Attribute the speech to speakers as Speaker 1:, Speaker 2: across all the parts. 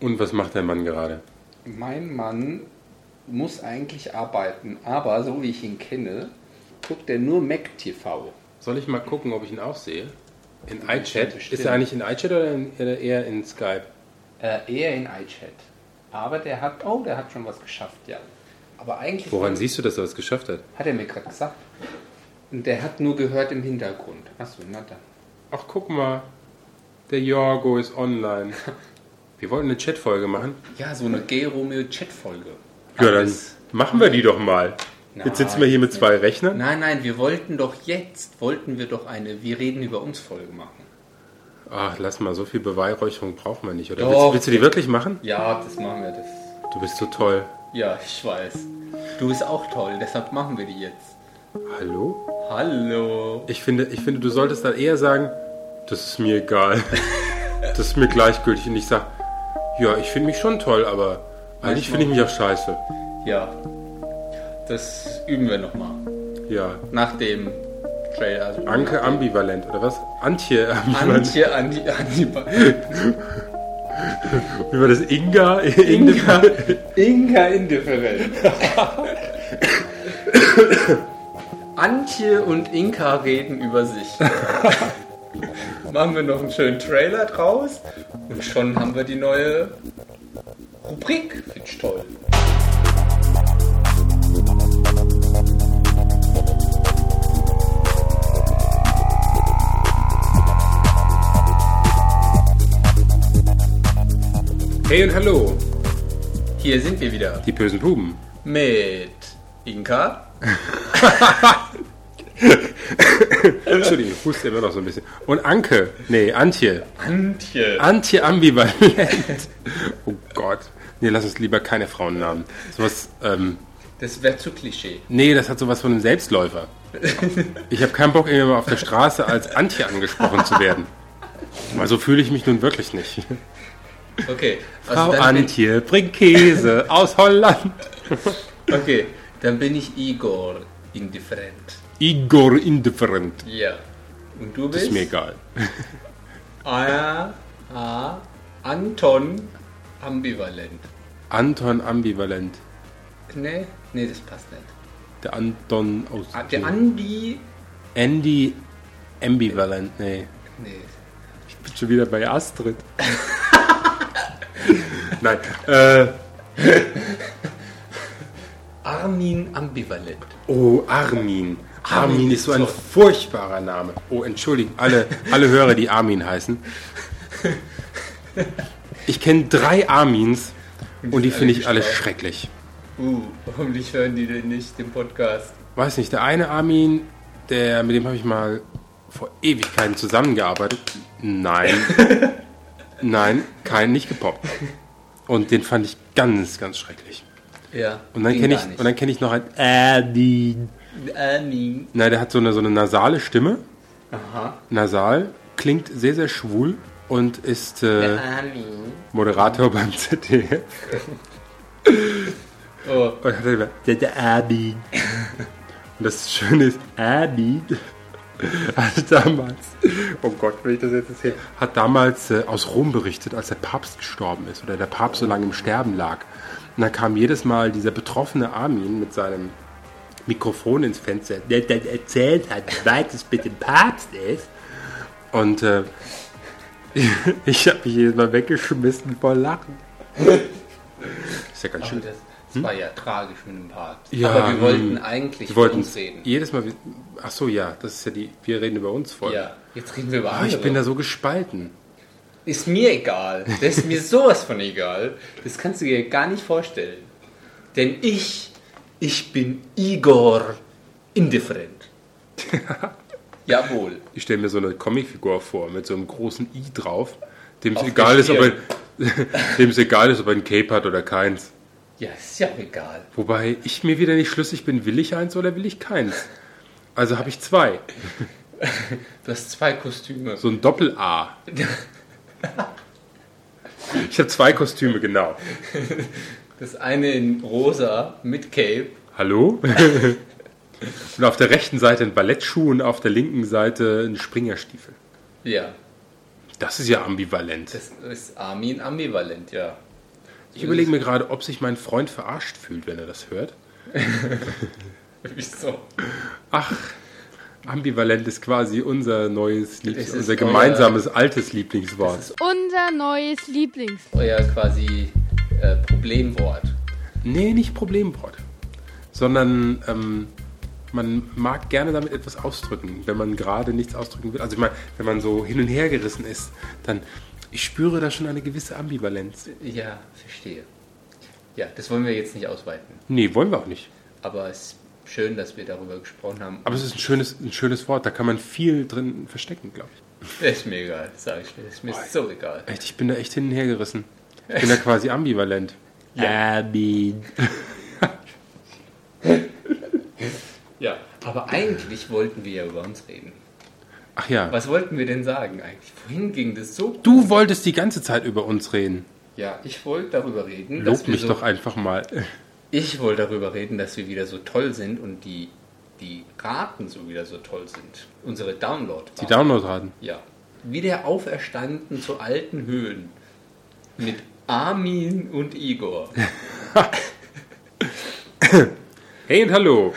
Speaker 1: Und was macht dein Mann gerade?
Speaker 2: Mein Mann muss eigentlich arbeiten, aber so wie ich ihn kenne, guckt er nur Mac TV.
Speaker 1: Soll ich mal gucken, ob ich ihn auch sehe? In iChat?
Speaker 2: bestimmt.
Speaker 1: Ist er eigentlich in iChat oder in, oder eher in Skype?
Speaker 2: Äh, eher in iChat. Aber der hat, oh, der hat schon was geschafft, ja. Aber eigentlich
Speaker 1: Woran siehst du, dass er es geschafft hat?
Speaker 2: hat er mir gerade gesagt. Und der hat nur gehört im Hintergrund. Achso, na dann.
Speaker 1: Ach, guck mal. Der Jorgo ist online. Wir wollten eine Chatfolge machen.
Speaker 2: Ja, so eine G-Romeo-Chat-Folge.
Speaker 1: Ja, dann
Speaker 2: Alles.
Speaker 1: machen wir die doch mal. Jetzt sitzen wir hier mit zwei Rechnern.
Speaker 2: Nein, nein, wir wollten doch jetzt, wollten wir doch eine Wir reden über uns Folge machen.
Speaker 1: Ach, lass mal, so viel Beweihräucherung braucht man nicht, oder?
Speaker 2: Doch.
Speaker 1: Willst, willst du die wirklich machen?
Speaker 2: Ja, das machen wir, das.
Speaker 1: Du bist so toll.
Speaker 2: Ja, ich weiß. Du bist auch toll, deshalb machen wir die jetzt.
Speaker 1: Hallo?
Speaker 2: Hallo.
Speaker 1: Ich finde, ich finde, du solltest dann eher sagen, das ist mir egal. das ist mir gleichgültig. Und ich sag, ja, ich finde mich schon toll, aber eigentlich
Speaker 2: Manchmal.
Speaker 1: finde ich mich auch scheiße.
Speaker 2: Ja, das üben wir nochmal.
Speaker 1: Ja.
Speaker 2: Nach dem Trailer. Also
Speaker 1: Anke ambivalent, oder was? Antje ambivalent.
Speaker 2: Antje, Andi, Andi,
Speaker 1: Wie war das? Inga? Inga.
Speaker 2: Inka indifferent. Antje und Inka reden über sich. Machen wir noch einen schönen Trailer draus und schon haben wir die neue Rubrik. Finde ich toll.
Speaker 1: Hey und hallo,
Speaker 2: Hier sind wir wieder
Speaker 1: die bösen Buben.
Speaker 2: mit Inka.
Speaker 1: Entschuldigung, ich huste immer noch so ein bisschen. Und Anke. Nee, Antje.
Speaker 2: Antje.
Speaker 1: Antje ambivalent. Oh Gott. Nee, lass uns lieber keine Frauennamen. Sowas, ähm,
Speaker 2: Das wäre zu Klischee.
Speaker 1: nee, das hat sowas von einem Selbstläufer. Ich habe keinen Bock, irgendwann mal auf der Straße als Antje angesprochen zu werden. Weil so fühle ich mich nun wirklich nicht.
Speaker 2: Okay. also
Speaker 1: Frau
Speaker 2: dann bin-
Speaker 1: Antje bringt Käse aus Holland.
Speaker 2: Okay, dann bin ich Igor indifferent.
Speaker 1: Igor indifferent.
Speaker 2: Ja. Und du bist?
Speaker 1: Ist mir egal.
Speaker 2: Ah, ah, Anton ambivalent.
Speaker 1: Anton ambivalent.
Speaker 2: Ne? Ne, das passt nicht.
Speaker 1: Der Anton aus.
Speaker 2: Ah, Der Andi.
Speaker 1: Andy ambivalent. Nee.
Speaker 2: Ne.
Speaker 1: Ich bin schon wieder bei Astrid. Nein. Äh,
Speaker 2: Armin ambivalent.
Speaker 1: oh, Armin. Armin
Speaker 2: Armin
Speaker 1: ist so ein
Speaker 2: ist
Speaker 1: furchtbarer Name. Oh, entschuldigen alle, alle Hörer, die Armin heißen. Ich kenne drei Armins und die finde ich alle schrecklich.
Speaker 2: Uh, hoffentlich hören die denn nicht den Podcast.
Speaker 1: weiß nicht, der eine Armin, der, mit dem habe ich mal vor Ewigkeiten zusammengearbeitet. Nein. Nein, kein, nicht gepoppt. Und den fand ich ganz, ganz schrecklich.
Speaker 2: Ja.
Speaker 1: Und dann
Speaker 2: ging
Speaker 1: kenne
Speaker 2: gar
Speaker 1: ich,
Speaker 2: nicht.
Speaker 1: und dann kenn ich noch einen Erdin.
Speaker 2: Armin.
Speaker 1: Nein, der hat so eine, so eine nasale Stimme.
Speaker 2: Aha.
Speaker 1: Nasal, klingt sehr, sehr schwul und ist äh,
Speaker 2: Armin.
Speaker 1: Moderator beim ZDF.
Speaker 2: Oh,
Speaker 1: Und hat er immer, der, der Abi. Und das Schöne ist, Abi hat damals, oh Gott, wenn ich das jetzt erzähle, hat damals äh, aus Rom berichtet, als der Papst gestorben ist oder der Papst so lange im Sterben lag. Und dann kam jedes Mal dieser betroffene Armin mit seinem Mikrofon ins Fenster, der dann erzählt hat, wie weit es mit dem Papst ist. Und äh, ich habe mich jedes Mal weggeschmissen vor Lachen. Ist ja ganz
Speaker 2: aber
Speaker 1: schön.
Speaker 2: das, das war ja tragisch mit dem Part.
Speaker 1: Hm? Ja,
Speaker 2: Aber wir wollten
Speaker 1: hm.
Speaker 2: eigentlich
Speaker 1: Wir wollten
Speaker 2: über uns reden.
Speaker 1: jedes Mal. Ach so, ja, das ist ja die. Wir reden über uns voll.
Speaker 2: Ja, jetzt reden wir über
Speaker 1: Ah,
Speaker 2: andere.
Speaker 1: ich bin da so gespalten.
Speaker 2: Ist mir egal. Das ist mir sowas von egal. Das kannst du dir gar nicht vorstellen. Denn ich, ich bin Igor indifferent. Jawohl.
Speaker 1: Ich stelle mir so eine Comicfigur vor mit so einem großen I drauf, dem es
Speaker 2: Auf
Speaker 1: egal
Speaker 2: der
Speaker 1: ist, ob er, dem es egal ist, ob er ein Cape hat oder keins.
Speaker 2: Ja, ist ja auch egal.
Speaker 1: Wobei ich mir wieder nicht schlüssig bin, will ich eins oder will ich keins. Also habe ich zwei.
Speaker 2: Du hast zwei Kostüme.
Speaker 1: So ein Doppel-A. Ich habe zwei Kostüme, genau.
Speaker 2: Das eine in rosa mit Cape.
Speaker 1: Hallo? Und auf der rechten Seite ein Ballettschuh und auf der linken Seite ein Springerstiefel.
Speaker 2: Ja,
Speaker 1: Das ist ja ambivalent.
Speaker 2: das ist Armin ambivalent, ja.
Speaker 1: Ich überlege mir gerade, ob sich mein Freund verarscht fühlt, wenn er das hört.
Speaker 2: Wieso?
Speaker 1: Ach, ambivalent ist quasi unser neues, Lieb
Speaker 2: Es ist
Speaker 1: unser
Speaker 2: euer-
Speaker 1: gemeinsames altes Lieblingswort.
Speaker 3: Unser neues Lieblings.
Speaker 2: Euer quasi äh, Problemwort.
Speaker 1: Nee, nicht Problemwort. Sondern ähm, man mag gerne damit etwas ausdrücken, wenn man gerade nichts ausdrücken will. Also ich meine, wenn man so hin und her gerissen ist, dann ich spüre da schon eine gewisse Ambivalenz.
Speaker 2: Ja, verstehe. Ja, das wollen wir jetzt nicht ausweiten.
Speaker 1: Nee, wollen wir auch nicht.
Speaker 2: Aber es ist schön, dass wir darüber gesprochen haben.
Speaker 1: Aber es ist ein schönes, ein schönes Wort, da kann man viel drin verstecken, glaube ich.
Speaker 2: ist mir egal, sag ich dir. Ist mir so egal.
Speaker 1: Echt, ich bin da echt hin und her gerissen. Ich bin da quasi ambivalent. Abi.
Speaker 2: Ja, aber eigentlich wollten wir ja über uns reden.
Speaker 1: Ach ja.
Speaker 2: Was wollten wir denn sagen eigentlich? Wohin ging das so?
Speaker 1: Du wolltest die ganze Zeit über uns reden.
Speaker 2: Ja, ich wollte darüber reden,
Speaker 1: Lob
Speaker 2: wir
Speaker 1: mich
Speaker 2: so,
Speaker 1: doch einfach mal.
Speaker 2: ich wollte darüber reden, dass wir wieder so toll sind und die, die Raten so wieder so toll sind. Unsere Download.
Speaker 1: Die Downloadraten.
Speaker 2: Ja. Wieder auferstanden zu alten Höhen. Mit Armin und Igor.
Speaker 1: Hey und hallo.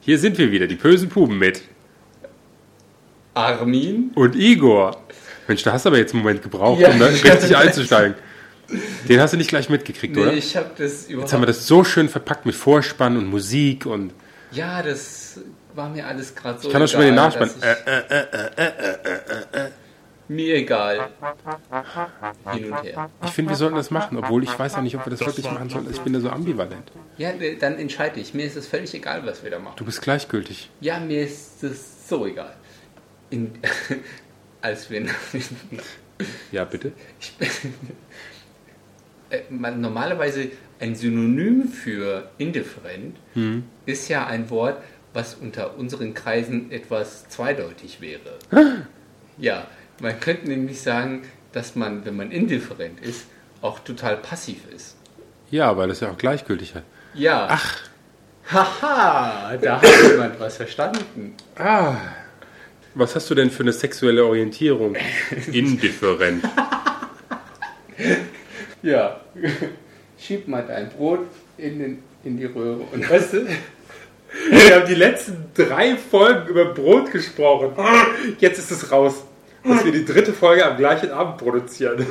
Speaker 1: Hier sind wir wieder, die bösen Puben mit.
Speaker 2: Armin?
Speaker 1: Und Igor. Mensch, da hast du aber jetzt einen Moment gebraucht,
Speaker 2: Ja.
Speaker 1: um da richtig einzusteigen. Den hast du nicht gleich mitgekriegt,
Speaker 2: Nee,
Speaker 1: oder?
Speaker 2: ich habe das überhaupt.
Speaker 1: Jetzt haben wir das so schön verpackt mit Vorspann und Musik und
Speaker 2: ja, das war mir alles gerade so.
Speaker 1: ich kann auch schon mal
Speaker 2: egal,
Speaker 1: den Nachspann.
Speaker 2: dass Ich,
Speaker 1: Äh, äh,
Speaker 2: Mir egal. Hin und her.
Speaker 1: ich finde, wir sollten das machen, obwohl ich weiß ja nicht, ob wir das wirklich machen sollten. Ich bin da so ambivalent.
Speaker 2: Ja, dann entscheide ich. Mir ist es völlig egal, was wir da machen.
Speaker 1: Du bist gleichgültig.
Speaker 2: Ja, mir ist es so egal. In, als wir.
Speaker 1: Ja, bitte.
Speaker 2: Äh, man, normalerweise ein Synonym für indifferent ist ja ein Wort, was unter unseren Kreisen etwas zweideutig wäre. ja, man könnte nämlich sagen, dass man, wenn man indifferent ist, auch total passiv ist.
Speaker 1: Ja, weil das ja auch gleichgültig hat.
Speaker 2: Ja. Ach. Haha, da hat jemand was verstanden.
Speaker 1: Ah. Was hast du denn für eine sexuelle Orientierung? Indifferent.
Speaker 2: Ja. Schieb mal dein Brot in, den, in die Röhre und weißt du?
Speaker 1: Wir haben die letzten drei Folgen über Brot gesprochen. Ah, Jetzt ist es raus, dass wir die dritte Folge am gleichen Abend produzieren.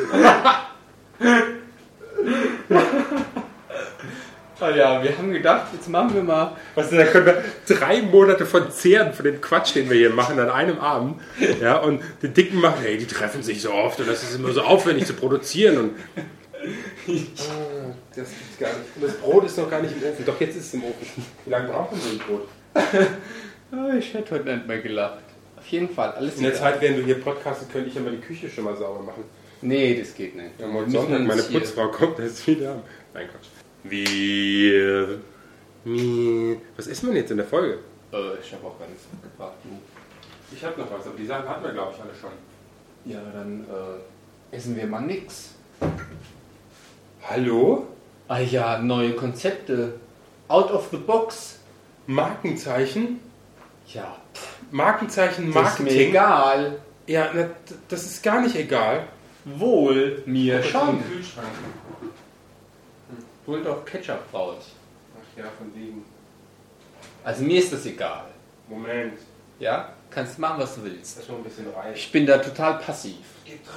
Speaker 2: Ah ja, wir haben gedacht, jetzt machen wir mal.
Speaker 1: Was denn, da können wir drei Monate von zehren von dem Quatsch, den wir hier machen, an einem Abend. Ja, und die Dicken machen, hey, die treffen sich so oft und das ist immer so aufwendig zu produzieren. Und das gibt's gar nicht. Und das Brot ist noch gar nicht im Ofen. Doch, jetzt ist es im Ofen. Wie lange brauchen wir das Brot?
Speaker 2: Ah, ich hätte heute nicht mehr gelacht. Auf jeden Fall, alles
Speaker 1: In der
Speaker 2: egal.
Speaker 1: Zeit, während du hier podcastet, könnte ich ja mal die Küche schon mal sauber machen.
Speaker 2: Nee, das geht nicht.
Speaker 1: Ja, morgen
Speaker 2: Wir müssen
Speaker 1: Sonntag,
Speaker 2: uns
Speaker 1: meine
Speaker 2: hier-
Speaker 1: Putzfrau kommt erst wieder. Nein, Quatsch. Wir. Mir. Was ist man jetzt in der Folge?
Speaker 2: Äh, ich habe auch gar nichts mitgebracht. du.
Speaker 1: Ich habe noch was, aber die Sachen hatten wir, glaube ich, alle schon.
Speaker 2: Ja, dann äh, essen wir mal nix.
Speaker 1: Hallo?
Speaker 2: Ah ja, neue Konzepte. Out of the box.
Speaker 1: Markenzeichen?
Speaker 2: Ja, pff,
Speaker 1: Markenzeichen
Speaker 2: das ist mir
Speaker 1: Marketing?
Speaker 2: egal.
Speaker 1: Ja, na, d- das ist gar nicht egal.
Speaker 2: Wohl mir
Speaker 1: Schon.
Speaker 2: schon. Holt doch Ketchup raus.
Speaker 1: Ach ja, von wegen.
Speaker 2: Also mir ist das egal.
Speaker 1: Moment.
Speaker 2: Ja? Kannst machen, was du willst.
Speaker 1: Das ist noch ein bisschen reich.
Speaker 2: Ich bin da total passiv.
Speaker 1: Es gibt Reis.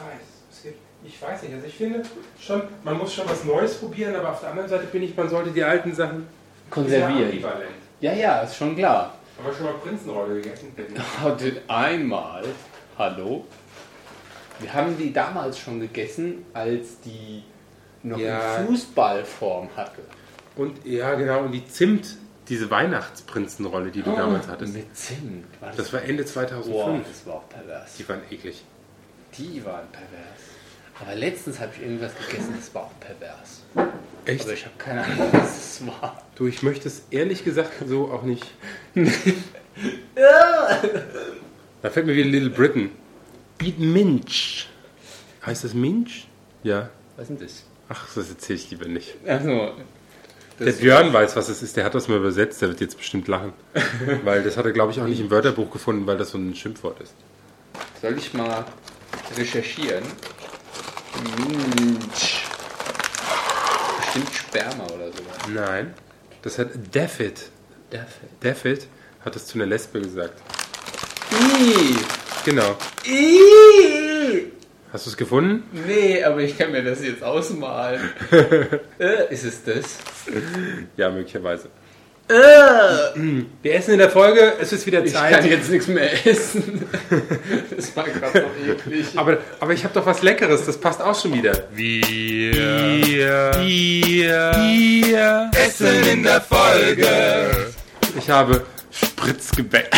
Speaker 1: Es gibt, ich weiß nicht, also ich finde schon, man muss schon was Neues probieren, aber auf der anderen Seite bin ich, man sollte die alten Sachen
Speaker 2: Konservieren.
Speaker 1: ambivalent.
Speaker 2: Ja, ja, ist schon klar.
Speaker 1: Haben wir schon mal Prinzenrolle gegessen?
Speaker 2: Lautet einmal, hallo, wir haben die damals schon gegessen, als die noch
Speaker 1: Ja.
Speaker 2: eine Fußballform hatte.
Speaker 1: Und ja, genau, und die Zimt, diese Weihnachtsprinzenrolle, die du damals hattest.
Speaker 2: Mit Zimt. War das,
Speaker 1: Das war Ende
Speaker 2: Boah,
Speaker 1: 2005.
Speaker 2: das war auch pervers.
Speaker 1: Die waren eklig.
Speaker 2: Die waren pervers. Aber letztens habe ich irgendwas gegessen, das war auch pervers.
Speaker 1: Echt?
Speaker 2: Aber ich habe keine Ahnung, was es war.
Speaker 1: Du, ich möchte es ehrlich gesagt so auch nicht. da fällt mir wieder Little Britain. Beat Minch. Heißt das Minch? Ja.
Speaker 2: Was ist denn das?
Speaker 1: Ach, das erzähle ich lieber nicht.
Speaker 2: Also,
Speaker 1: Der Björn weiß, was es ist. Der hat das mal übersetzt. Der wird jetzt bestimmt lachen. weil das hat er, glaube ich, auch nicht im Wörterbuch gefunden, weil das so ein Schimpfwort ist.
Speaker 2: soll ich mal recherchieren? Minch. bestimmt Sperma oder sowas.
Speaker 1: Nein, das hat David.
Speaker 2: Dafür.
Speaker 1: David hat das zu einer Lesbe gesagt.
Speaker 2: Ih,
Speaker 1: Genau.
Speaker 2: ih.
Speaker 1: Hast du es gefunden?
Speaker 2: Nee, aber ich kann mir das jetzt ausmalen. äh, ist es das?
Speaker 1: Ja, möglicherweise.
Speaker 2: Äh,
Speaker 1: Wir essen in der Folge, es ist wieder
Speaker 2: ich kann jetzt nichts mehr essen. das war gerade noch eklig.
Speaker 1: Aber, aber ich habe doch was Leckeres, das passt auch schon wieder. Wir, wir, wir essen in der Folge. Ich habe Spritzgebäck.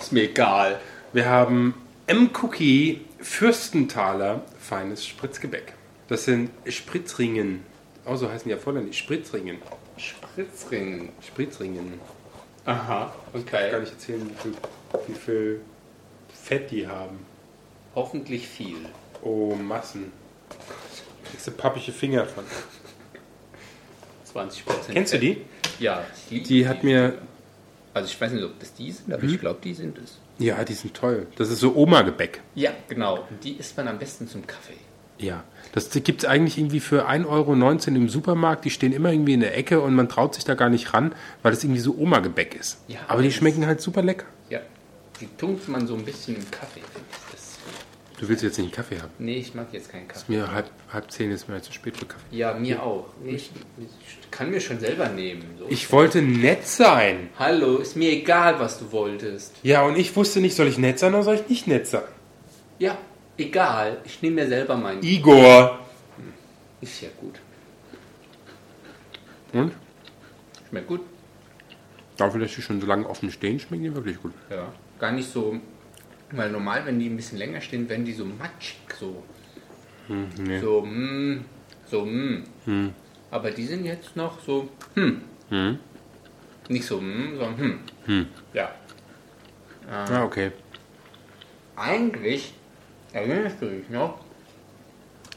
Speaker 2: Ist mir egal.
Speaker 1: Wir haben M-Cookie Fürstenthaler feines Spritzgebäck. Das sind Spritzringen. Oh, so heißen die ja vollständig. Spritzringen.
Speaker 2: Spritzringen.
Speaker 1: Spritzringen.
Speaker 2: Aha,
Speaker 1: Kann
Speaker 2: okay.
Speaker 1: ich erzählen, wie viel, wie viel Fett die haben.
Speaker 2: Hoffentlich viel.
Speaker 1: Oh, Massen. Kriegst du pappige Finger von.
Speaker 2: 20 Prozent.
Speaker 1: Kennst du die?
Speaker 2: Ja, ich lieb
Speaker 1: Die hat mir. Mhm.
Speaker 2: Also ich weiß nicht, ob das die sind, aber ich glaube, die sind es.
Speaker 1: Ja, die sind toll. Das ist so Oma-Gebäck.
Speaker 2: Ja, genau. Und die isst man am besten zum Kaffee.
Speaker 1: Ja. Das gibt es eigentlich irgendwie für 1,19 Euro im Supermarkt. Die stehen immer irgendwie in der Ecke und man traut sich da gar nicht ran, weil es irgendwie so Oma-Gebäck ist.
Speaker 2: Ja,
Speaker 1: Aber die
Speaker 2: das-
Speaker 1: schmecken halt super lecker.
Speaker 2: Ja, die tunkt man so ein bisschen im Kaffee, finde ich. Das,
Speaker 1: Du willst jetzt nicht einen Kaffee haben.
Speaker 2: nee, ich mag jetzt keinen Kaffee.
Speaker 1: Mir halb, halb zehn ist mir zu spät für Kaffee.
Speaker 2: Ja, mir auch. Nee, ich, ich kann mir schon selber nehmen. So.
Speaker 1: Ich wollte nett sein.
Speaker 2: Hallo, ist mir egal, was du wolltest.
Speaker 1: Ja, und ich wusste nicht, soll ich nett sein oder soll ich nicht nett sein?
Speaker 2: Ja, egal. Ich nehme mir selber meinen.
Speaker 1: Igor.
Speaker 2: Ist ja gut.
Speaker 1: Und?
Speaker 2: Schmeckt gut.
Speaker 1: Dafür, dass die schon so lange offen stehen, schmecken die wirklich gut.
Speaker 2: Ja. Gar nicht so. Weil normal, wenn die ein bisschen länger stehen, werden die so matschig. So,
Speaker 1: nee.
Speaker 2: so, mm, so, mm. Aber die sind jetzt noch so, hm. Nicht so, mm, sondern hm. Ja.
Speaker 1: Ah, okay.
Speaker 2: Eigentlich erinnerst du dich noch,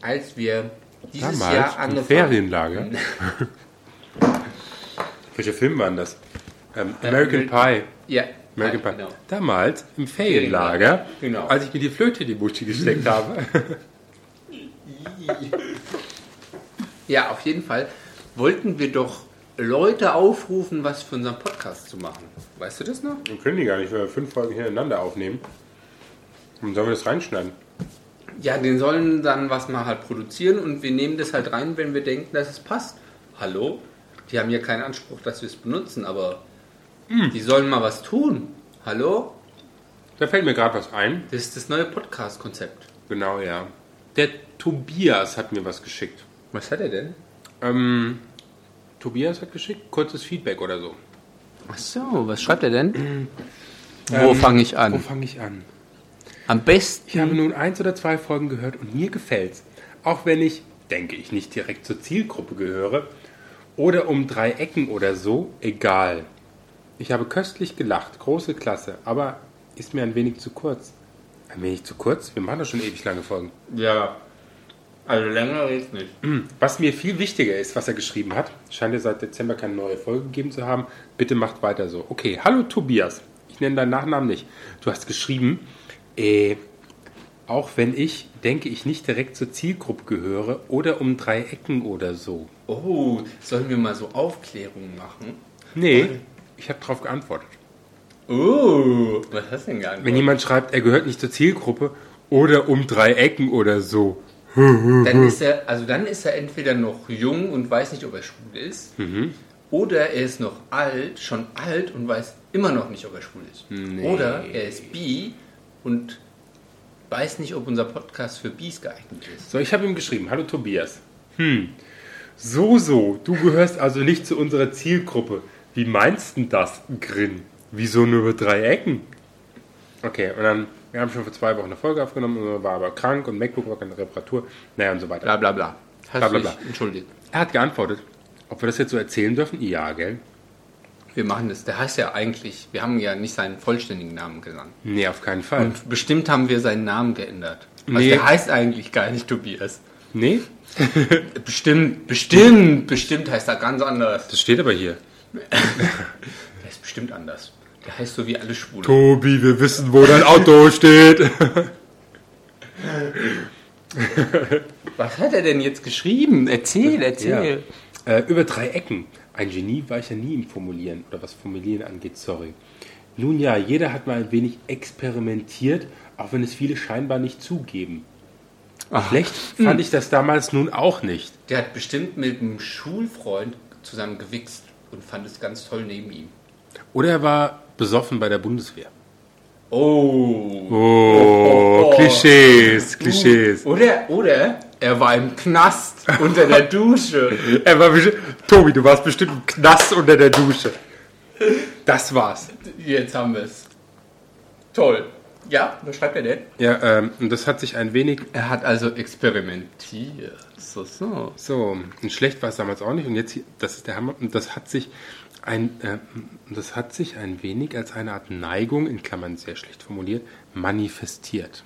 Speaker 2: als wir dieses
Speaker 1: Damals
Speaker 2: Jahr
Speaker 1: im
Speaker 2: angefangen
Speaker 1: Ferienlager. Welcher Film war denn das? Ähm, American Pie.
Speaker 2: Ja,
Speaker 1: American Pie.
Speaker 2: genau.
Speaker 1: Damals im Ferienlager,
Speaker 2: Genau.
Speaker 1: als ich mir die Flöte in die Muschi gesteckt habe.
Speaker 2: Ja, auf jeden Fall wollten wir doch Leute aufrufen, was für unseren Podcast zu machen. Weißt du das noch?
Speaker 1: Wir können die gar nicht, weil wir fünf Folgen hintereinander aufnehmen. Und sollen wir das reinschneiden?
Speaker 2: Ja, den sollen dann was mal halt produzieren und wir nehmen das halt rein, wenn wir denken, dass es passt. Hallo? Die haben ja keinen Anspruch, dass wir es benutzen, aber die sollen mal was tun. Hallo?
Speaker 1: Da fällt mir gerade was ein.
Speaker 2: Das ist das neue Podcast-Konzept.
Speaker 1: Genau, ja. Der Tobias hat mir was geschickt.
Speaker 2: Was hat er denn?
Speaker 1: Ähm, Tobias hat geschickt, kurzes Feedback oder so.
Speaker 2: Ach so, was schreibt er denn? Ähm, Wo fange ich
Speaker 1: Wo
Speaker 2: an?
Speaker 1: fange ich an?
Speaker 2: Am besten.
Speaker 1: Ich habe nun eins oder zwei Folgen gehört und mir gefällt's. Auch wenn ich, denke ich, nicht direkt zur Zielgruppe gehöre oder um drei Ecken oder so, egal. Ich habe köstlich gelacht, große Klasse, aber ist mir ein wenig zu kurz. Ein wenig zu kurz? Wir machen doch schon ewig lange Folgen.
Speaker 2: Ja. Also länger geht's nicht.
Speaker 1: Was mir viel wichtiger ist, was er geschrieben hat, scheint er seit Dezember keine neue Folge gegeben zu haben. Bitte macht weiter so. Okay, hallo Tobias. Ich nenne deinen Nachnamen nicht. Du hast geschrieben, äh, auch wenn ich, denke ich, nicht direkt zur Zielgruppe gehöre oder um drei Ecken oder so.
Speaker 2: Oh, sollen wir mal so Aufklärung machen?
Speaker 1: Nee, ich habe darauf geantwortet.
Speaker 2: Oh, was hast du denn gar
Speaker 1: Wenn
Speaker 2: nicht?
Speaker 1: jemand schreibt, er gehört nicht zur Zielgruppe oder um drei Ecken oder so.
Speaker 2: Dann ist er, also dann ist er entweder noch jung und weiß nicht, ob er schwul ist, oder er ist noch alt, schon alt und weiß immer noch nicht, ob er schwul ist. Oder er ist bi und weiß nicht, ob unser Podcast für Bis geeignet ist.
Speaker 1: So, ich habe ihm geschrieben, hallo Tobias. Hm, so, so, du gehörst also nicht zu unserer Zielgruppe. Wie meinst denn das, Grin? Wieso nur über drei Ecken? Okay, und dann, wir haben schon vor zwei Wochen eine Folge aufgenommen, war aber krank und MacBook war keine Reparatur, naja und so weiter.
Speaker 2: Bla bla bla. Hast
Speaker 1: Bla, bla,
Speaker 2: dich
Speaker 1: bla.
Speaker 2: entschuldigt.
Speaker 1: Er hat geantwortet, ob wir das jetzt so erzählen dürfen? Ja, gell?
Speaker 2: Wir machen das. Der heißt ja eigentlich, wir haben ja nicht seinen vollständigen Namen genannt.
Speaker 1: Nee, auf keinen Fall.
Speaker 2: Und bestimmt haben wir seinen Namen geändert. Also
Speaker 1: Nee.
Speaker 2: der heißt eigentlich gar nicht Tobias.
Speaker 1: Nee,
Speaker 2: Bestimmt, bestimmt, bestimmt heißt er ganz anders.
Speaker 1: das steht aber hier.
Speaker 2: Der ist bestimmt anders. Der heißt so wie alle Schwulen.
Speaker 1: Tobi, wir wissen, wo dein Auto steht.
Speaker 2: Was hat er denn jetzt geschrieben? Erzähl,
Speaker 1: Ja.
Speaker 2: erzähl.
Speaker 1: Äh, über drei Ecken. Ein Genie war ich ja nie im Formulieren oder was Formulieren angeht, sorry. Nun ja, jeder hat mal ein wenig experimentiert, auch wenn es viele scheinbar nicht zugeben. Schlecht fand ich das damals nun auch nicht.
Speaker 2: Der hat bestimmt mit einem Schulfreund zusammen gewichst und fand es ganz toll neben ihm.
Speaker 1: Oder er war besoffen bei der Bundeswehr.
Speaker 2: Oh.
Speaker 1: Oh, Klischees,
Speaker 2: Oder, oder er war im Knast unter der Dusche.
Speaker 1: Er war bestimmt, Tobi, du warst bestimmt im Knast unter der Dusche. Das war's.
Speaker 2: Jetzt haben wir es. Toll. Ja, was schreibt er denn?
Speaker 1: Ja, ähm, und das hat sich ein wenig
Speaker 2: Er hat also experimentiert. So, so.
Speaker 1: So, und schlecht war es damals auch nicht. Und jetzt, hier- das ist der Hammer. Und das hat sich ein, äh, das hat sich ein wenig als eine Art Neigung, in Klammern sehr schlecht formuliert, manifestiert.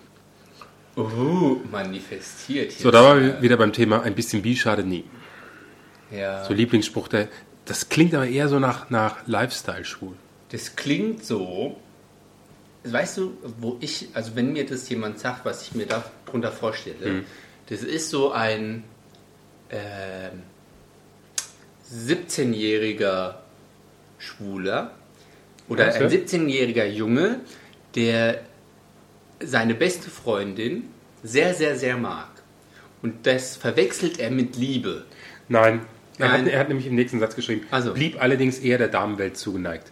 Speaker 2: Uh, manifestiert.
Speaker 1: So, da waren wir wieder beim Thema ein bisschen wie schade nie.
Speaker 2: ja.
Speaker 1: So Lieblingsspruch, der, das klingt aber eher so nach, nach Lifestyle-Schwul.
Speaker 2: Das klingt so. Weißt du, wo ich, also wenn mir das jemand sagt, was ich mir darunter vorstelle, das ist so ein ähm, 17-jähriger Schwuler oder
Speaker 1: Ja,
Speaker 2: ein
Speaker 1: okay.
Speaker 2: 17-jähriger Junge, der seine beste Freundin sehr, sehr, sehr mag. Und das verwechselt er mit Liebe.
Speaker 1: Nein. Er
Speaker 2: Nein.
Speaker 1: hat, er hat nämlich im nächsten Satz geschrieben,
Speaker 2: Also.
Speaker 1: blieb allerdings eher der Damenwelt zugeneigt.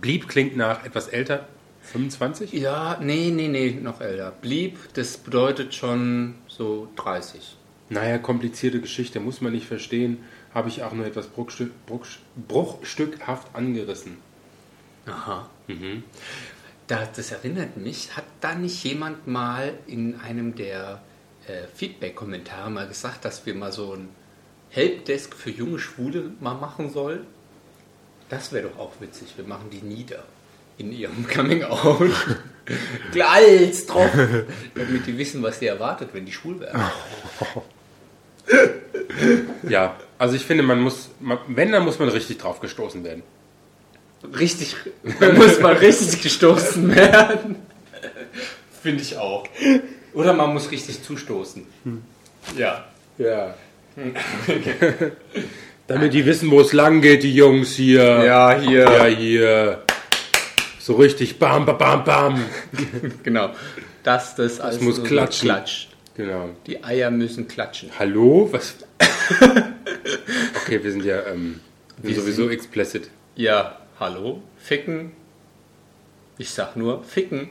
Speaker 1: Blieb klingt nach etwas älter, 25?
Speaker 2: Ja, nee, nee, nee, noch älter. Blieb, das bedeutet schon so 30.
Speaker 1: Naja, komplizierte Geschichte, muss man nicht verstehen. Habe ich auch nur etwas Bruchstück, Bruchst- bruchstückhaft angerissen.
Speaker 2: Aha. Mhm. Da, das erinnert mich, hat da nicht jemand mal in einem der äh, Feedback-Kommentare mal gesagt, dass wir mal so ein Helpdesk für junge Schwule mal machen sollen? Das wäre doch auch witzig. Wir machen die nieder in ihrem Coming-out. Gleich drauf. Damit die wissen, was sie erwartet, wenn die schwul werden.
Speaker 1: Ja, also ich finde, man muss, man, wenn, dann muss man richtig drauf gestoßen werden.
Speaker 2: Richtig, da muss man richtig gestoßen werden. Finde ich auch. Oder man muss richtig zustoßen. Ja.
Speaker 1: Ja. Damit die wissen, wo es lang geht, die Jungs hier.
Speaker 2: Ja, hier.
Speaker 1: Ja, hier. So richtig bam, bam, bam, bam.
Speaker 2: Genau. Dass das alles
Speaker 1: muss
Speaker 2: so
Speaker 1: klatschen.
Speaker 2: klatscht.
Speaker 1: Genau.
Speaker 2: Die Eier müssen klatschen.
Speaker 1: Hallo? Was? Okay, wir sind ja ähm, wir sind
Speaker 2: Wir
Speaker 1: sowieso explicit.
Speaker 2: Ja, hallo? Ficken? Ich sag nur, ficken.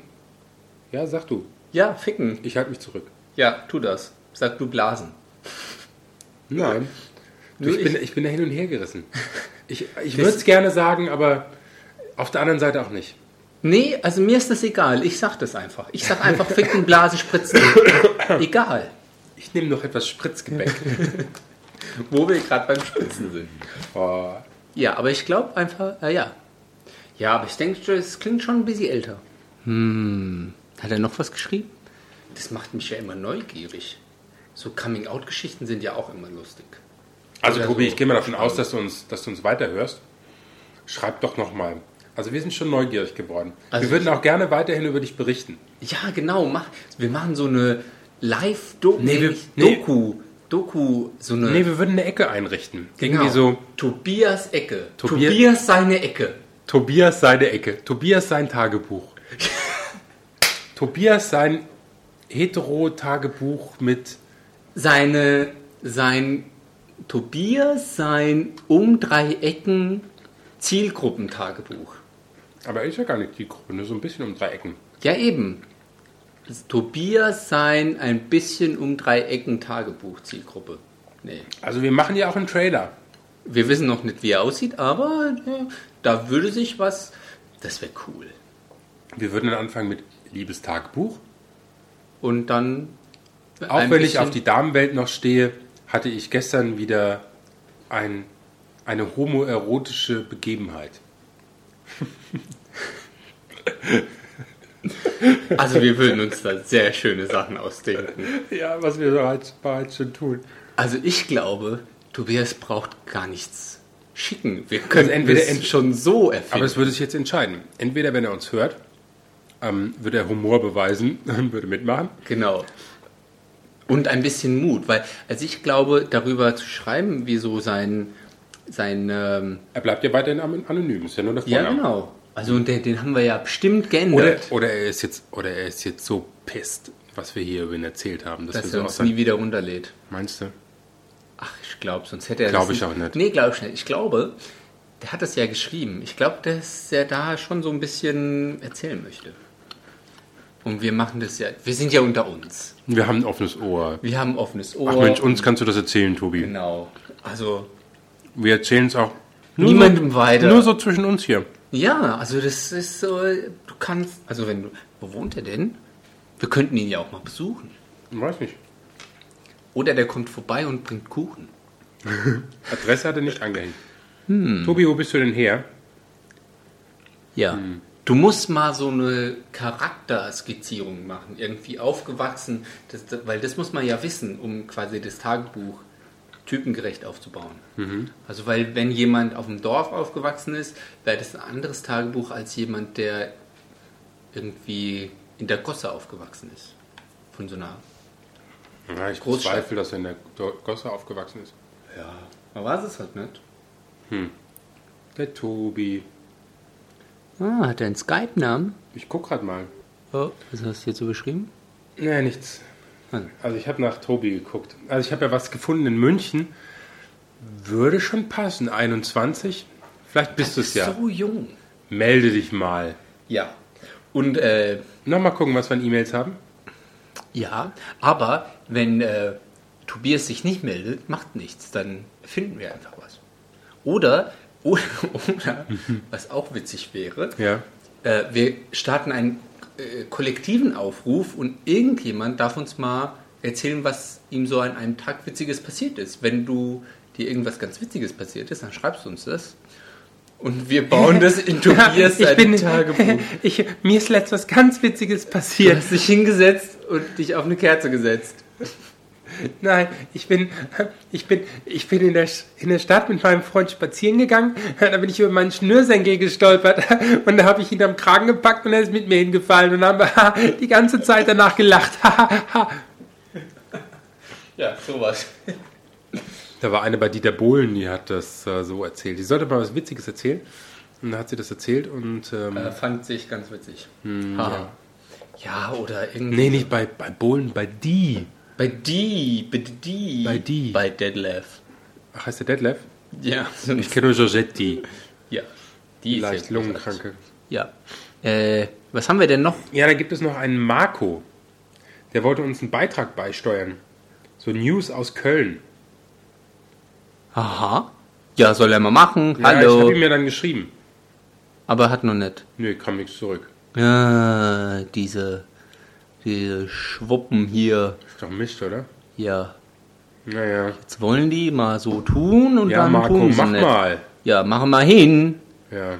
Speaker 1: Ja, sag du.
Speaker 2: Ja, ficken.
Speaker 1: Ich halte mich zurück.
Speaker 2: Ja, tu das. Sag du Blasen.
Speaker 1: Nein. Du,
Speaker 2: Nur
Speaker 1: ich, bin, ich bin da hin und her gerissen. Ich, ich würde es gerne sagen, aber auf der anderen Seite auch nicht.
Speaker 2: Nee, also mir ist das egal. Ich sag das einfach. Ich sag einfach ficken, Blasen, spritzen. egal.
Speaker 1: Ich nehme noch etwas Spritzgebäck.
Speaker 2: Wo wir gerade beim Spritzen sind.
Speaker 1: oh.
Speaker 2: Ja, aber ich glaube einfach, äh, ja. Ja, aber ich denke, es klingt schon ein bisschen älter. Hm. Hat er noch was geschrieben? Das macht mich ja immer neugierig. So Coming-out-Geschichten sind ja auch immer lustig.
Speaker 1: Also
Speaker 2: Oder
Speaker 1: Tobi,
Speaker 2: so.
Speaker 1: ich gehe mal davon aus, dass du uns, dass du uns weiterhörst. Schreib doch nochmal. Also wir sind schon neugierig geworden.
Speaker 2: Also
Speaker 1: wir würden
Speaker 2: ich-
Speaker 1: auch gerne weiterhin über dich berichten.
Speaker 2: Ja, genau. Mach, wir machen so eine Live-Doku.
Speaker 1: Nee, wir- nee.
Speaker 2: Doku. Doku, so eine.
Speaker 1: Nee, wir würden eine Ecke einrichten.
Speaker 2: genau.
Speaker 1: Irgendwie so
Speaker 2: Tobias Ecke.
Speaker 1: Tobias-
Speaker 2: Tobias seine Ecke.
Speaker 1: Tobias seine Ecke. Tobias sein Tagebuch. Tobias sein Hetero-Tagebuch mit
Speaker 2: Seine. Sein. Tobias sein um drei Ecken Zielgruppentagebuch.
Speaker 1: Aber er ist ja gar nicht die Gruppe, nur so ein bisschen um drei Ecken.
Speaker 2: Ja, eben. Das Tobias sein ein bisschen um drei Ecken Tagebuch Zielgruppe. Nee.
Speaker 1: Also wir machen ja auch einen Trailer.
Speaker 2: Wir wissen noch nicht, wie er aussieht, aber äh, da würde sich was. Das wäre cool.
Speaker 1: Wir würden dann anfangen mit Liebes Tagebuch.
Speaker 2: Und dann.
Speaker 1: Auch
Speaker 2: ein
Speaker 1: wenn ich
Speaker 2: bisschen-
Speaker 1: auf die Damenwelt noch stehe, hatte ich gestern wieder ein, eine homoerotische Begebenheit.
Speaker 2: Also, wir würden uns da sehr schöne Sachen ausdenken.
Speaker 1: Ja, was wir bereits, bereits schon tun.
Speaker 2: Also, ich glaube, Tobias braucht gar nichts schicken. Wir können
Speaker 1: Also entweder
Speaker 2: entweder
Speaker 1: ent-
Speaker 2: schon so
Speaker 1: Aber
Speaker 2: erfinden.
Speaker 1: es würde sich jetzt entscheiden. Entweder wenn er uns hört, ähm, würde er Humor beweisen und würde mitmachen.
Speaker 2: Genau. Und ein bisschen Mut, weil also ich glaube, darüber zu schreiben, wie so sein, sein ähm,
Speaker 1: Er bleibt ja weiterhin am- anonym, ist ja nur der
Speaker 2: ja
Speaker 1: Vorname.
Speaker 2: genau. Also und den, den haben wir ja bestimmt
Speaker 1: Oder, Oh,
Speaker 2: geändert,
Speaker 1: oder, er ist jetzt, oder er ist jetzt so pisst, was wir hier über ihn erzählt haben. Dass wir
Speaker 2: dass
Speaker 1: so
Speaker 2: er uns
Speaker 1: aus-
Speaker 2: nie wieder runterlädt.
Speaker 1: Meinst du?
Speaker 2: Ach, ich glaube, sonst hätte er
Speaker 1: Glaub
Speaker 2: das
Speaker 1: ich auch nicht.
Speaker 2: Nee, glaube ich nicht. Ich glaube, der hat das ja geschrieben. Ich glaube, dass er da schon so ein bisschen erzählen möchte. Und wir machen das ja, wir sind ja unter uns.
Speaker 1: Wir haben ein offenes Ohr.
Speaker 2: Wir haben ein offenes Ohr.
Speaker 1: Ach Mensch, uns kannst du das erzählen, Tobi.
Speaker 2: Genau. Also,
Speaker 1: Wir erzählen es auch nur
Speaker 2: Niemandem
Speaker 1: so,
Speaker 2: weiter.
Speaker 1: Nur so zwischen uns hier.
Speaker 2: ja, also das ist so, du kannst, also wenn du, wo wohnt er denn? Wir könnten ihn ja auch mal besuchen.
Speaker 1: Weiß nicht.
Speaker 2: Oder der kommt vorbei und bringt Kuchen.
Speaker 1: Adresse hat er nicht angehängt. Tobi, wo bist du denn her?
Speaker 2: Ja. Du musst mal so eine Charakterskizzierung machen, irgendwie aufgewachsen, das, das, weil das muss man ja wissen, um quasi das Tagebuch typengerecht aufzubauen. Also weil wenn jemand auf dem Dorf aufgewachsen ist, wäre das ein anderes Tagebuch als jemand, der irgendwie in der Gosse aufgewachsen ist. Von so einer,
Speaker 1: Ja, ich
Speaker 2: Großstadt.
Speaker 1: bezweifle, dass er in der Do- Gosse aufgewachsen ist.
Speaker 2: ja, man weiß es halt nicht.
Speaker 1: Der Tobi.
Speaker 2: Ah, hat er einen Skype-Namen?
Speaker 1: Ich guck grad mal.
Speaker 2: Oh, was hast du jetzt so beschrieben?
Speaker 1: Nee, nichts.
Speaker 2: Nein.
Speaker 1: Also ich habe nach Tobi geguckt. Also ich habe ja was gefunden in München. Würde schon passen. 21. Vielleicht bist du es ja.
Speaker 2: So jung.
Speaker 1: Melde dich mal.
Speaker 2: Ja. Und äh,
Speaker 1: Nochmal gucken, was wir an E-Mails haben.
Speaker 2: Ja, aber wenn äh, Tobias sich nicht meldet, macht nichts, dann finden wir einfach was. Oder, oder, oder was auch witzig wäre,
Speaker 1: Ja.
Speaker 2: äh, wir starten einen äh, kollektiven Aufruf und irgendjemand darf uns mal erzählen, was ihm so an einem Tag Witziges passiert ist. Wenn du dir irgendwas ganz Witziges passiert ist, dann schreibst du uns das. Und wir bauen das in Tobias sein Tagebuch.
Speaker 1: ich, mir ist letztes was ganz Witziges
Speaker 2: Du
Speaker 1: passiert.
Speaker 2: hast dich hingesetzt und dich auf eine Kerze gesetzt.
Speaker 1: Nein, ich bin, ich bin, ich bin in, der, in der Stadt mit meinem Freund spazieren gegangen. Da bin ich über meinen Schnürsenkel gestolpert und da habe ich ihn am Kragen gepackt und er ist mit mir hingefallen und haben wir die ganze Zeit danach gelacht.
Speaker 2: Ja, sowas.
Speaker 1: Da war eine bei Dieter Bohlen, die hat das äh, so erzählt. Die sollte mal was Witziges erzählen. Und da hat sie das erzählt und. Ähm,
Speaker 2: Äh, fand ich ganz witzig. Haha. ja. oder irgendwie.
Speaker 1: Hm, nee, nicht bei, bei Bohlen, bei die.
Speaker 2: Bei die, bei die.
Speaker 1: Bei die.
Speaker 2: Bei Detlef.
Speaker 1: Ach, heißt der Detlef?
Speaker 2: Ja,
Speaker 1: Ich kenne nur Georgette, die.
Speaker 2: ja. Die ist
Speaker 1: Leicht
Speaker 2: jetzt
Speaker 1: Lungenkranke.
Speaker 2: Ja. Äh, was haben wir denn noch?
Speaker 1: Ja, da gibt es noch einen Marco. Der wollte uns einen Beitrag beisteuern. So News aus Köln.
Speaker 2: Aha. Ja, soll er mal machen.
Speaker 1: Ja, ich
Speaker 2: Hallo.
Speaker 1: habe ihm ja dann geschrieben.
Speaker 2: Aber hat noch nicht.
Speaker 1: Nö, kam nichts zurück.
Speaker 2: Ja, diese, diese Schwuppen hier.
Speaker 1: Ist doch Mist, oder?
Speaker 2: Ja.
Speaker 1: Naja.
Speaker 2: Jetzt wollen die mal so tun und
Speaker 1: Ja,
Speaker 2: dann
Speaker 1: Marco,
Speaker 2: tun sie
Speaker 1: mach
Speaker 2: nicht.
Speaker 1: mal.
Speaker 2: Ja, mach mal hin.
Speaker 1: Ja.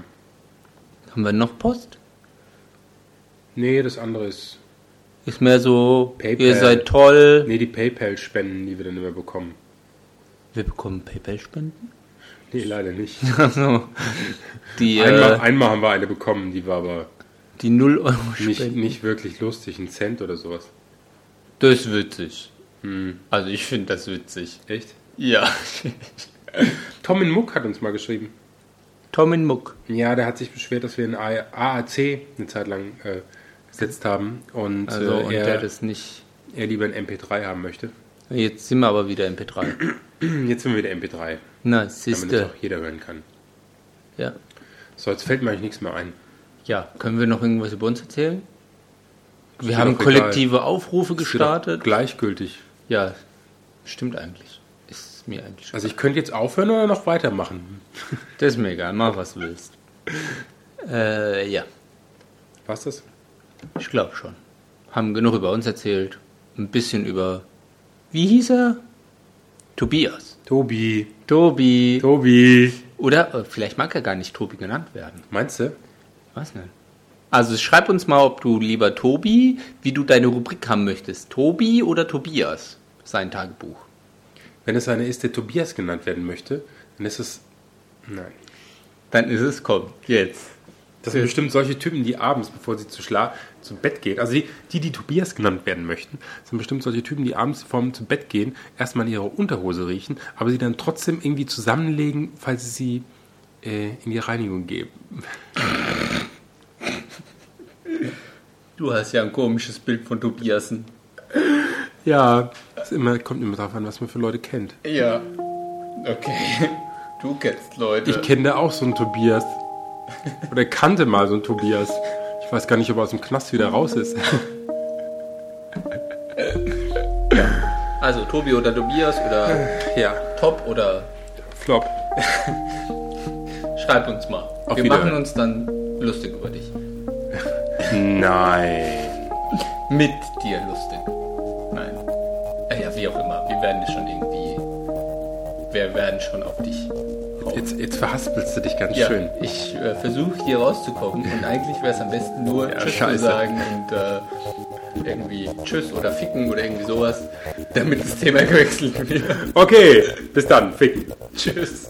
Speaker 2: Haben wir noch Post?
Speaker 1: Nee, das andere ist.
Speaker 2: Ist mehr so,
Speaker 1: PayPal.
Speaker 2: ihr seid toll.
Speaker 1: Nee, die PayPal-Spenden, die wir dann immer bekommen.
Speaker 2: Wir bekommen PayPal-Spenden.
Speaker 1: Nee, leider nicht.
Speaker 2: Also, die,
Speaker 1: Einmal,
Speaker 2: äh,
Speaker 1: einmal haben wir eine bekommen, äh, die war aber
Speaker 2: die 0
Speaker 1: nicht,
Speaker 2: Euro-Spenden.
Speaker 1: nicht wirklich lustig. Ein Cent oder sowas.
Speaker 2: Das ist witzig. Also, ich finde das witzig.
Speaker 1: Echt?
Speaker 2: Ja.
Speaker 1: Tom in Muck hat uns mal geschrieben.
Speaker 2: Tom in Muck.
Speaker 1: Ja, der hat sich beschwert, dass wir ein A- AAC eine Zeit lang äh, gesetzt haben und,
Speaker 2: Also,
Speaker 1: äh,
Speaker 2: und
Speaker 1: er,
Speaker 2: der das nicht.
Speaker 1: er lieber ein MP3 haben möchte. Hm,
Speaker 2: Jetzt sind wir aber wieder im P3.
Speaker 1: Jetzt sind wir wieder MP3,
Speaker 2: Na,
Speaker 1: damit das
Speaker 2: siehste.
Speaker 1: auch jeder hören kann.
Speaker 2: Ja.
Speaker 1: So, jetzt fällt mir eigentlich nichts mehr ein.
Speaker 2: ja, können wir noch irgendwas über uns erzählen? Wir
Speaker 1: mir
Speaker 2: haben
Speaker 1: doch egal.
Speaker 2: kollektive Aufrufe
Speaker 1: Ist dir doch
Speaker 2: gestartet.
Speaker 1: Gleichgültig.
Speaker 2: Ja, stimmt eigentlich. Ist mir eigentlich schon.
Speaker 1: Also ich könnte jetzt aufhören oder noch weitermachen.
Speaker 2: Das ist mir egal, mach was du willst. Äh, ja,
Speaker 1: Was das?
Speaker 2: ich glaube schon. Haben genug über uns erzählt. Ein bisschen über. Wie hieß er? Tobias.
Speaker 1: Tobi.
Speaker 2: Tobi.
Speaker 1: Tobi.
Speaker 2: Oder äh, vielleicht mag er gar nicht Tobi genannt werden.
Speaker 1: Meinst du?
Speaker 2: Was denn? Also schreib uns mal, ob du lieber Tobi, wie du deine Rubrik haben möchtest. Tobi oder Tobias? Sein Tagebuch.
Speaker 1: Wenn es einer ist, der Tobias genannt werden möchte, dann ist es... Nein.
Speaker 2: Dann ist es, komm, jetzt.
Speaker 1: Das sind bestimmt solche Typen, die abends, bevor sie zu schla zum Bett gehen, also die, die, die Tobias genannt werden möchten, sind bestimmt solche Typen, die abends vorm zu Bett gehen, erstmal in ihre Unterhose riechen, aber sie dann trotzdem irgendwie zusammenlegen, falls sie sie äh, in die Reinigung geben.
Speaker 2: Du hast ja ein komisches Bild von Tobiasen.
Speaker 1: Ja, Äh. es immer, kommt immer drauf an, was man für Leute kennt.
Speaker 2: Ja. Okay. Du kennst Leute.
Speaker 1: Ich kenne da auch so einen Tobias. Oder kannte mal so einen Tobias. Ich weiß gar nicht, ob er aus dem Knast wieder raus ist.
Speaker 2: also Tobi oder Tobias oder
Speaker 1: Ja,
Speaker 2: Top oder
Speaker 1: Flop.
Speaker 2: schreib uns mal.
Speaker 1: Auf
Speaker 2: Wir machen
Speaker 1: Wiederhören.
Speaker 2: uns dann lustig über dich.
Speaker 1: Nein.
Speaker 2: Mit dir lustig. Nein. Ah Ja, wie auch immer. Wir werden dich schon irgendwie. Wir werden schon auf dich. hauen.
Speaker 1: Jetzt, jetzt verhaspelst du dich ganz
Speaker 2: Ja,
Speaker 1: schön.
Speaker 2: ich äh, versuche hier rauszukommen und eigentlich wäre es am besten nur
Speaker 1: Ja,
Speaker 2: Tschüss
Speaker 1: scheiße.
Speaker 2: zu sagen und äh, irgendwie Tschüss oder Ficken oder irgendwie sowas, damit das Thema gewechselt wird.
Speaker 1: Okay, bis dann. Ficken.
Speaker 2: Tschüss.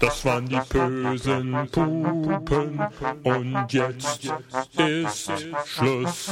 Speaker 4: Das waren die bösen Pupen und jetzt ist Schluss.